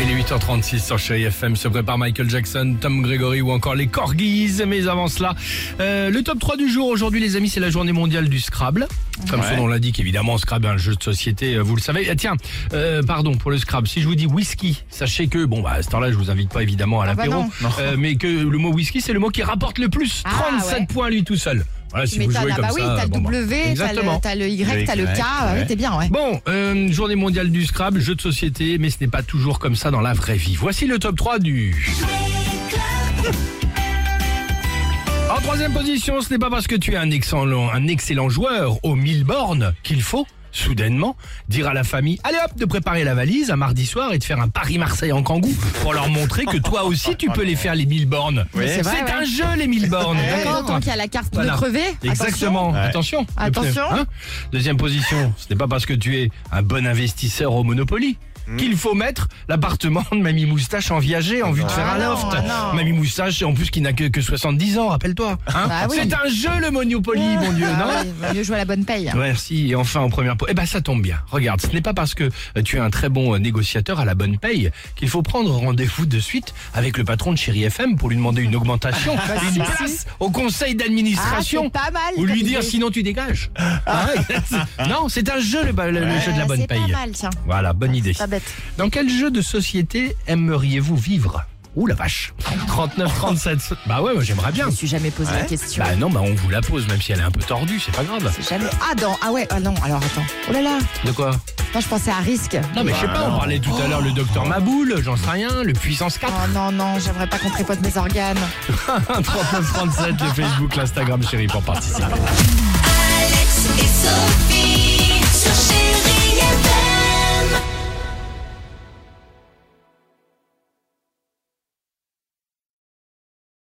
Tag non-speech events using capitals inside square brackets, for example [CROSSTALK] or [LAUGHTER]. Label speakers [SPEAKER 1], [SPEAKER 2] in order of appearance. [SPEAKER 1] 8h36 sur Chérie FM se prépare Michael Jackson, Tom Gregory ou encore les Corgis. Mais avant cela, euh, le top 3 du jour aujourd'hui, les amis, c'est la journée mondiale du Scrabble. Comme son nom l'indique, évidemment, Scrabble est un jeu de société, euh, vous le savez. Ah, tiens, euh, pardon pour le Scrabble. Si je vous dis whisky, sachez que, bon, bah, à ce temps-là, je vous invite pas évidemment à
[SPEAKER 2] bah
[SPEAKER 1] l'apéro,
[SPEAKER 2] non.
[SPEAKER 1] euh, mais que le mot whisky, c'est le mot qui rapporte le plus.
[SPEAKER 2] Ah,
[SPEAKER 1] 37
[SPEAKER 2] ouais.
[SPEAKER 1] points lui tout seul. Voilà, si
[SPEAKER 2] mais
[SPEAKER 1] vous
[SPEAKER 2] t'as
[SPEAKER 1] jouez
[SPEAKER 2] ah
[SPEAKER 1] comme
[SPEAKER 2] bah
[SPEAKER 1] ça.
[SPEAKER 2] oui, t'as le
[SPEAKER 1] bon, bah.
[SPEAKER 2] W, t'as
[SPEAKER 1] Exactement.
[SPEAKER 2] le, t'as le Y, t'as le K,
[SPEAKER 3] Y,
[SPEAKER 2] ouais,
[SPEAKER 3] ouais.
[SPEAKER 2] t'es bien, ouais.
[SPEAKER 1] Bon, euh, journée mondiale du Scrabble, jeu de société, mais ce n'est pas toujours comme ça dans la vraie vie. Voici le top 3 du... En troisième position, ce n'est pas parce que tu es un excellent, un excellent joueur aux mille bornes qu'il faut, soudainement, dire à la famille, allez hop, de préparer la valise un mardi soir et de faire un Paris-Marseille en kangou pour leur montrer que toi aussi tu peux les faire les mille bornes.
[SPEAKER 3] Oui.
[SPEAKER 1] C'est
[SPEAKER 2] C'est vrai, ouais.
[SPEAKER 1] un jeu les mille bornes,
[SPEAKER 2] D'accord,
[SPEAKER 1] d'accord
[SPEAKER 2] tant qu'il y a la carte
[SPEAKER 1] Voilà.
[SPEAKER 2] de crever.
[SPEAKER 1] Exactement.
[SPEAKER 3] Ouais.
[SPEAKER 1] Attention.
[SPEAKER 2] Attention.
[SPEAKER 1] Le pneu, Deuxième position. Ce n'est pas parce que tu es un bon investisseur au Monopoly qu'il faut mettre l'appartement de Mamie Moustache en viager en vue de faire un
[SPEAKER 2] Ah non,
[SPEAKER 1] loft.
[SPEAKER 2] ah non.
[SPEAKER 1] Mamie Moustache, en plus, qui n'a que, que 70 ans, rappelle-toi. hein.
[SPEAKER 2] Bah oui.
[SPEAKER 1] C'est un jeu le Monopoly, mon Dieu, non
[SPEAKER 2] Ah ouais, vaut mieux jouer à la bonne paye.
[SPEAKER 1] Merci. Et enfin, en première position. Eh ben, ça tombe bien. Regarde, ce n'est pas parce que euh, tu es un très bon euh, négociateur à la bonne paye qu'il faut prendre rendez-vous de suite avec le patron de Chéri FM pour lui demander une augmentation, une
[SPEAKER 2] si,
[SPEAKER 1] place
[SPEAKER 2] si.
[SPEAKER 1] au conseil
[SPEAKER 2] Ah,
[SPEAKER 1] d'administration.
[SPEAKER 2] c'est pas mal.
[SPEAKER 1] Ou lui
[SPEAKER 2] comme
[SPEAKER 1] dire
[SPEAKER 2] idée. Ah.
[SPEAKER 1] sinon tu dégages. non, c'est un jeu le, ba- le jeu de la
[SPEAKER 2] Ouais,
[SPEAKER 1] bonne
[SPEAKER 2] C'est
[SPEAKER 1] paye.
[SPEAKER 2] pas mal, tiens.
[SPEAKER 1] Voilà, bonne idée.
[SPEAKER 2] Pas bête.
[SPEAKER 1] Dans quel jeu de société aimeriez-vous vivre Ouh la vache 39, 37. Bah ouais, moi, j'aimerais
[SPEAKER 2] Je
[SPEAKER 1] bien.
[SPEAKER 2] me suis jamais posé la question.
[SPEAKER 1] Bah non, bah on vous la pose, même si elle est un peu tordue, c'est pas grave.
[SPEAKER 2] C'est jamais. Ah, dans. Ah ouais, ah non, alors attends. Oh là là.
[SPEAKER 1] De quoi
[SPEAKER 2] Moi, je pensais à risque.
[SPEAKER 1] Non mais je sais
[SPEAKER 3] Bah,
[SPEAKER 1] pas, on
[SPEAKER 3] non.
[SPEAKER 1] parlait tout à l'heure le docteur Maboule, j'en sais rien, le puissance 4. [LAUGHS]
[SPEAKER 2] Oh non, non, j'aimerais pas qu'on tripote mes organes.
[SPEAKER 1] 39, 37, le Facebook, l'Instagram, chérie, pour participer.